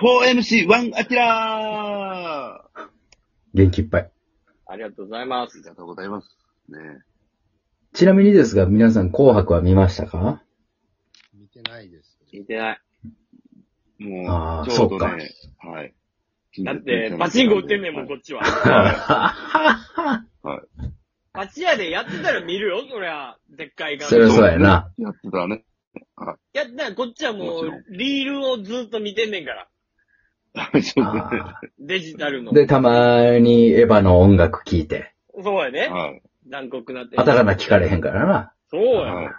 4MC1 アキラー元気いっぱい。ありがとうございまあすり。がとうございます。ねちなみにですが、皆さん紅白は見ましたか見てないです。見てない。あもーう、ちょうどそうかね、はい。だって、パチンコ売ってんねんもん、こっちは。はい。パチ屋でやってたら見るよ、そりゃ。でっかい画そりゃ面そうやな。やってたね。やってたらこっちはももちろんう、リールをずっと見てんねんから。そうね。あデジタルーの。で、たまにエヴァの音楽聴いて、そうやね。はい。残酷なって。あたかな聞かれへんからな。そうや。はい。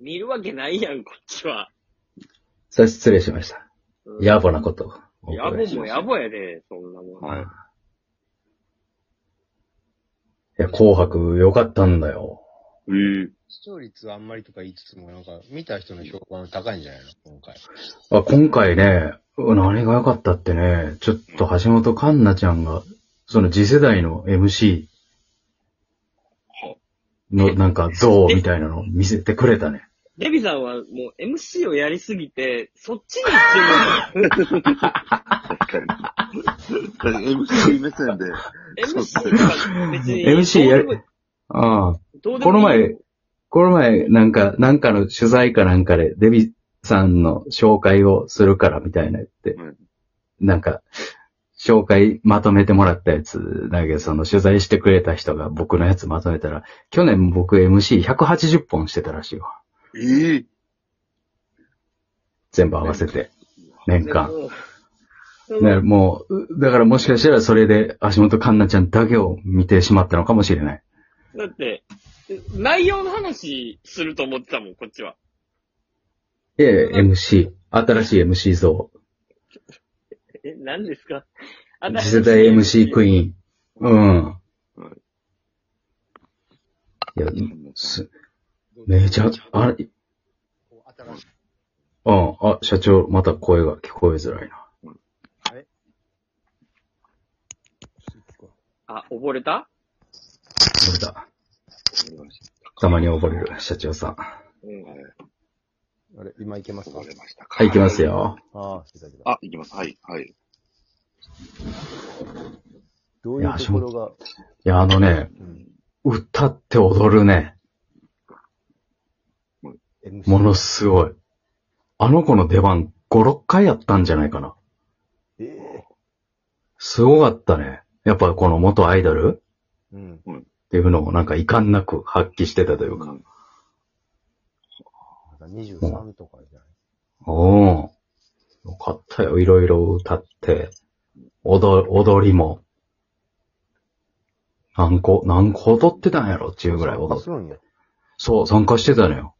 見るわけないやん、こっちは。それ失礼しました。うん野暮なことをおやぼ伺いしまもした。やぼやで、そんなもん。はい。いや、紅白良かったんだよ。えー、視聴率はあんまりとか言いつつも、なんか、見た人の評判高いんじゃないの今回。あ今回ね、何が良かったってね、ちょっと橋本環奈ちゃんが、その次世代の MC のなんか像みたいなのを見せてくれたね。デビさんはもう MC をやりすぎて、そっちに行ってる確かに。確 かに MC 目線で。の。MC とか別に。 MC やどうでもる。ああ。どうでもいいこの前、この前なんか、なんかの取材かなんかでデビさんの紹介をするからみたいな言ってうん、なんか、紹介まとめてもらったやつだけど、その取材してくれた人が僕のやつまとめたら、去年僕 MC180 本してたらしいわ。ええ全部合わせて、年間。そのね、もう、だからもしかしたらそれで足元環奈ちゃんだけを見てしまったのかもしれない。だって、内容の話すると思ってたもん、こっちは。ええ、MC、新しい MC 像、え、何ですか次世代 MC クイーン。イーン。うん。いや、す、めちゃ、あれ、こう新しい。うん、あ、社長、また声が聞こえづらいな。あ、溺れたそれだ。たまに溺れる、社長さん。うん。あれ、今いけますかわかりましたか。はい、行きます。よ。ああ、いただきまあ、行きます。はい、はい。すどういうところが、いや、あのね、歌って踊るね、 MC ものすごい。あの子の出番、5、6回やったんじゃないかな。ええすごかったね。やっぱこの元アイドルうん。っていうのをなんか遺憾なく発揮してたというか。まだ23とかじゃないおお。よかったよ。いろいろ歌って、踊、踊りも。何個、何個踊ってたんやろっていうぐらい踊っするんや。そう、参加してたのよ。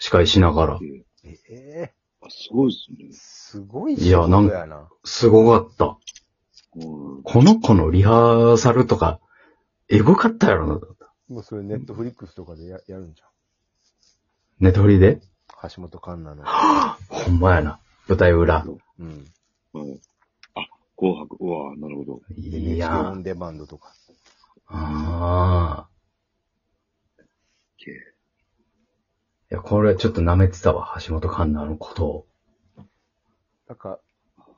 司会しながら。ええあすごいですすごい仕事いやな。すごかった。ね。うん。この子のリハーサルとか、エグかったやろな。もうそれネットフリックスとかでややるんじゃネトリでん。橋本環奈の。 ほんまやな。舞台裏。うん。うんあ、紅白。うわなるほど。い NHK やー。オンデマンドとか。あけーいや、これちょっと舐めてたわ。橋本環奈のことを。なんか、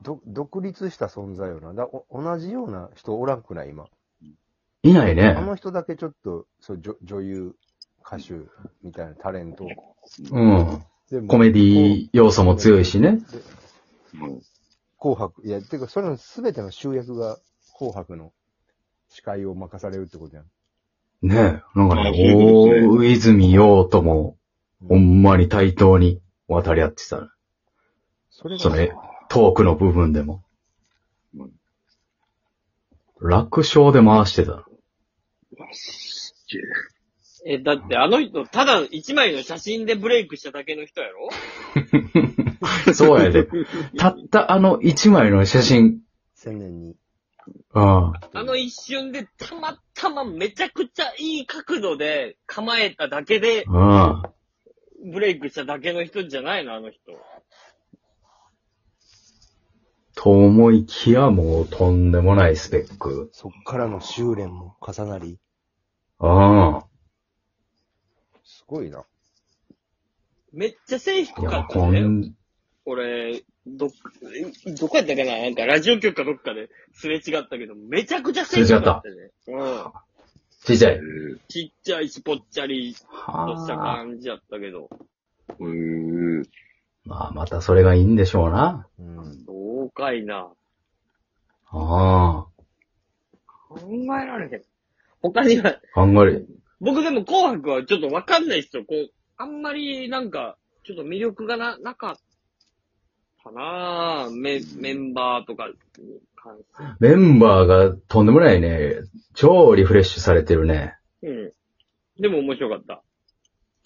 ど、独立した存在よな。だお同じような人おらんくない、今。いないね。あの人だけちょっと、そう、女女優、歌手、みたいなタレント。うん。でもコメディ要素も強いしね。。でうん。紅白。いや、てか、それの全ての集約が、紅白の司会を任されるってことやん。ねえ。なんかあね、そういうこと大泉洋とも、ほうんんまに対等に渡り合ってた。それがそのえトークの部分でもうん。楽勝で回してた。うわすっげえ。え、だってあの人、ただ一枚の写真でブレイクしただけの人やろそうやで。たったあの一枚の写真。千年に。ああの一瞬でたまたまめちゃくちゃいい角度で構えただけであ、ああ。ブレイクしただけの人じゃないの、あの人。と思いきや、もうとんでもないスペック。そっからの修練も重なり。ああ。すごいな。めっちゃ背低いかやっ、たこね。ん、俺、どっ、えどこやったかななんかラジオ局かどっかですれ違ったけど、めちゃくちゃセンスだったね。うん。ちっちゃい。ちっちゃいし、ぽっちゃりとしたはあ。感じやったけど。うーん。まあ、またそれがいいんでしょうな。うん。そうかいな。ああ。考えられへん。他には、考える。僕でも紅白はちょっとわかんないっすよ。こう、あんまりなんか、ちょっと魅力がな、なかったなぁ。メ、メンバーとかに関しメンバーがとんでもないね。超リフレッシュされてるね。て。うん。でも面白かった。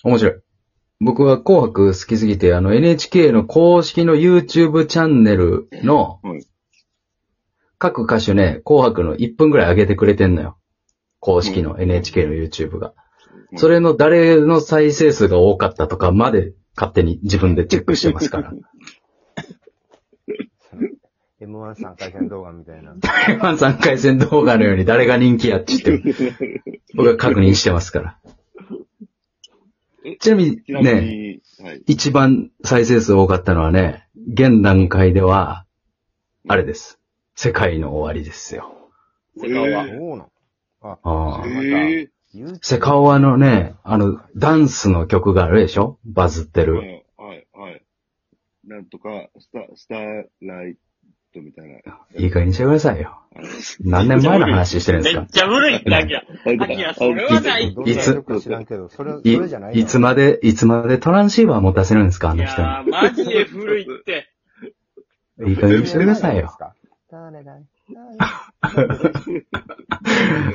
面白い。僕は紅白好きすぎて、あの NHK の公式の YouTube チャンネルのうん、各歌手ね、紅白の1分ぐらい上げてくれてんのよ。公式の NHK の YouTube が。それの誰の再生数が多かったとかまで勝手に自分でチェックしてますから。 M1 さん回戦動画みたいな。 M13 回戦動画のように誰が人気やっちって、僕は確認してますからえ。ちなちみになみね、に、はい。一番再生数多かったのはね、現段階では、あれです。世界の終わりですよ。セカオえワ。ーそうなのあ、ああーえセ YouTube カオワのね、あの、ダンスの曲があるでしょバズってー、はる。い、はい、はい。なんとか、スタ、スターライトみたいな。いい加減にしてくださいよ。 何年前の話してるんでめすっかちゃ古いんだけど。あいやそれはないどんいなつ曲知らんけど、それ、そいれじゃないのいつまで、いつまでトランシーバー持たせるんですかあいの人やー、マジで古いって。に。いい加減にしてくださいよ。。誰だい誰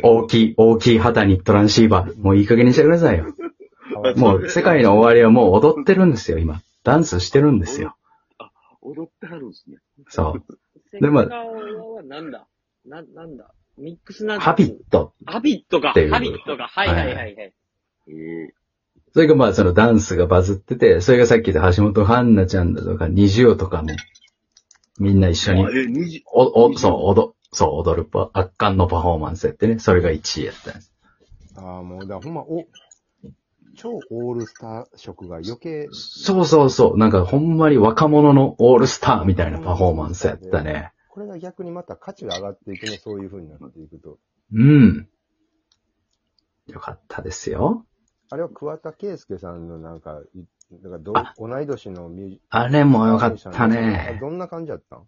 大きい、大きい旗にトランシーバー。もういい加減にしてくださいよ。だいもう世界の終わりはもう踊ってるんですよ、今。ダンスしてるんですよ。踊ってはるんですね。そう。セでカオもワはなんだな、なんだミックスなんハビット。ハビットか。っていうハビットか。はいはいはいはい。えそれがまあそのダンスがバズってて、それがさっき言った橋本環奈ちゃんだとか、二重とかも、みんな一緒ー、にあ、え、二十、お、お、そう、踊、そう、踊るパ、圧巻のパフォーマンスやってね、それが1位やったんです。ああ、もう、だからほんま、お、超オールスター色が余計、そうそうそう、なんかほんまに若者のオールスターみたいなパフォーマンスやったね。これが逆にまた価値が上がっていくね、そういう風になっていくと。うん。よかったですよ。あれは桑田佳祐さんのなんか、いなんかあどう同い年のミュージあれもよかっミュージシャたンのあね。どんな感じだったん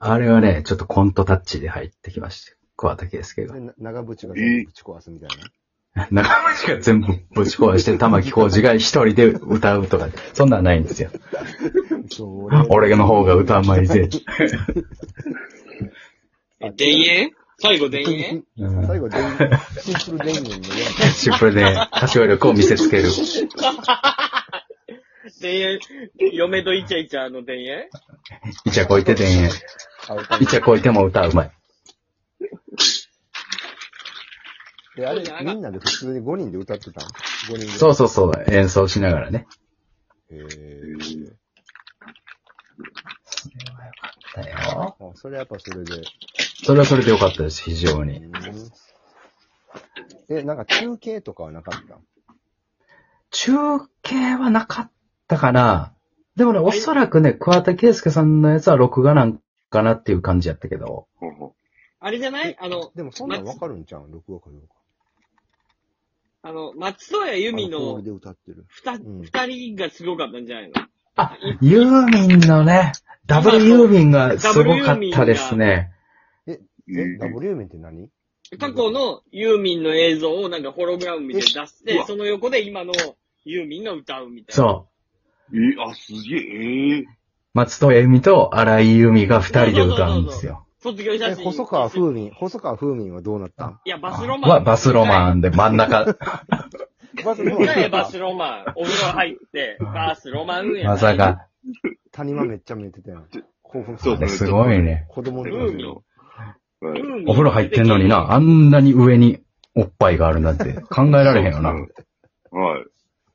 あれはね、ちょっとコントタッチで入ってきました。桑田佳祐がで。な長渕が全部ぶち壊すみたいな。 中町が全部ぶち壊して、玉木浩二が一人で歌うとか、そんなんないんですよ。そう俺の方が歌うまいぜ。え、田園最後田園うん最後、電シンプル電源のね。シンプルで歌唱力を見せつける。 田園、嫁とイチャイチャの田園イチャこいててんや。あ歌イチャこいても歌うまい。で、あれ、みんなで普通に5人で歌ってたん ?5 人で。そうそうそう、演奏しながらね。へーーだよあ、それやっぱそれで。それはそれでよかったです、非常に。え、なんか中継とかはなかったん中継はなかったかな。でもね、おそらくね、桑田佳祐さんのやつは録画なんかなっていう感じやったけど。ほうほあれじゃないあの、でもそんなんわかるんちゃうん録画かどうか。あの、松任谷由実ホールので歌ってる。二、うん二人がすごかったんじゃないのあ、ユーミンのね、ダブルユーミンがすごかったですね。うえ、ダブルユーミンって何過去のユーミンの映像をなんかホログラムみたいに出しえうて、わその横で今のユーミンが歌うみたいな。そう。えー、あ、すげえ、えー。松戸恵美と荒井由実が二人で歌うんですよ。卒業え、写真。細川風民、細川風民はどうなったんいや、バスロマン。はバスロマンで真ん 中、バスいやいやバスロマン。お風呂入って、バスロマンや。まさ。か。谷間めっちゃ見えてたやん。興奮すそうあれる。すごいね。子供の風時民の。はい。お風呂入ってんのにな、あんなに上におっぱいがあるなん て考えられへんよな。うん。はい。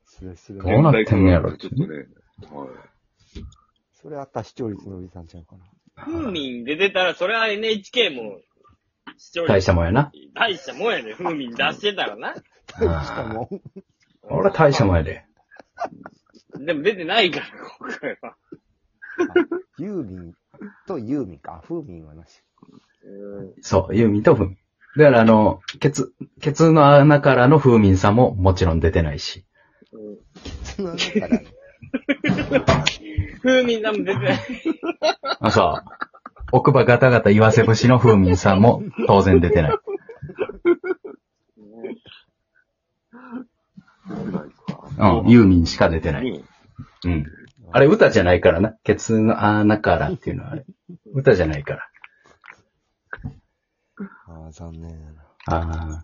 するするどうなってんのやろちょっとね。はい。それあった視聴率のおじさんちゃうかな。風民出てたら、それは NHK も視聴率大したもんやな。大したもんやで、風味出してたらな。大したもん。俺は大したもんやで。でも出てないから、今回は。ユーミンとユーミンか。あ、フーミンはなし。うん。そう、ユーミンとフーミン。だからあの、ケツ、ケツの穴からの風民さんももちろん出てないし。うん。その中から、 風味なんも出てない。あ、そう。奥歯ガタガタ言わせ節の風民さんも当然出てない。出てないですかうん、ユーミンしか出てない。ねうん。あれ歌じゃないからな。ケツの穴からっていうのはあれ。歌じゃないから。ああ、残念やな。ああ。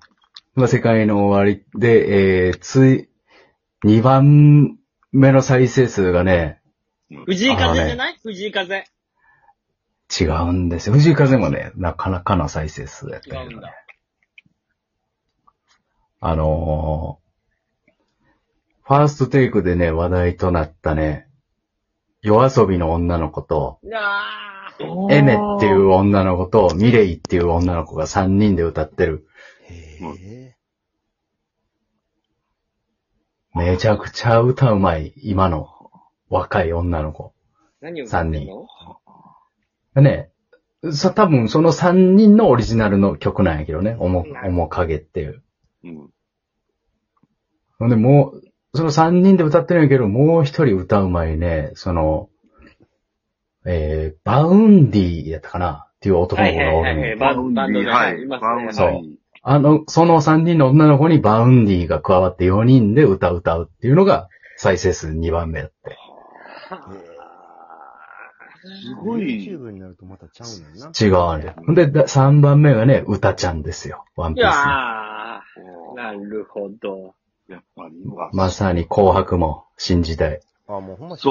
まあ、世界の終わりで、えー、つい、2番目の再生数がね、藤井風じゃない藤井風。違うんですよ。藤井風もね、なかなかの再生数やったけ違どうねんだ。あのー、ファーストテイクでね、話題となったね、夜遊びの女の子と、いやー。エメっていう女の子と、ミレイっていう女の子が3人で歌ってる。へうえ。めちゃくちゃ歌うまい、今の若い女の子。何を歌ってんのね、さ、多分その3人のオリジナルの曲なんやけどね、おも、おもかげっていう。うん。ほんで、もう、その3人で歌ってるんやけど、もう1人歌う前にね、その、えー、バウンディやったかなっていう男はのい子はがいおはるいんはい。やバンバンドで、は。はいい、いますバウンね。ディそうはいあの、その3人の女の子にバウンディが加わって4人で歌歌うっていうのが再生数2番目やって。すごい。 YouTube になるとまたちゃうねんな。違うね。ほんで、だ3番目がね、歌ちゃんですよ。ワンいピースの。やー。なるほど。啊やっぱり、うわまさに紅白も新時代。あ、もうほんま